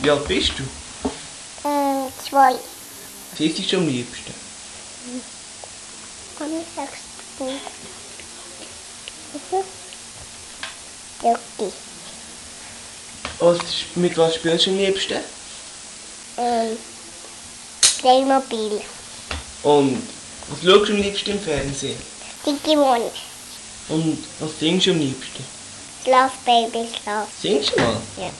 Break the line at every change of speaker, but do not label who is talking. Wie alt bist du?
Äh, zwei.
Was isst du am liebsten?
Und ich sag's dir. Mhm. Jockey.
Und mit was spielst du am liebsten?
Ähm, Playmobil.
Und was schaust du am liebsten im Fernsehen?
Digimon.
Und was singst du am liebsten?
Schlaf, Baby, schlaf.
Singst du mal?
Ja.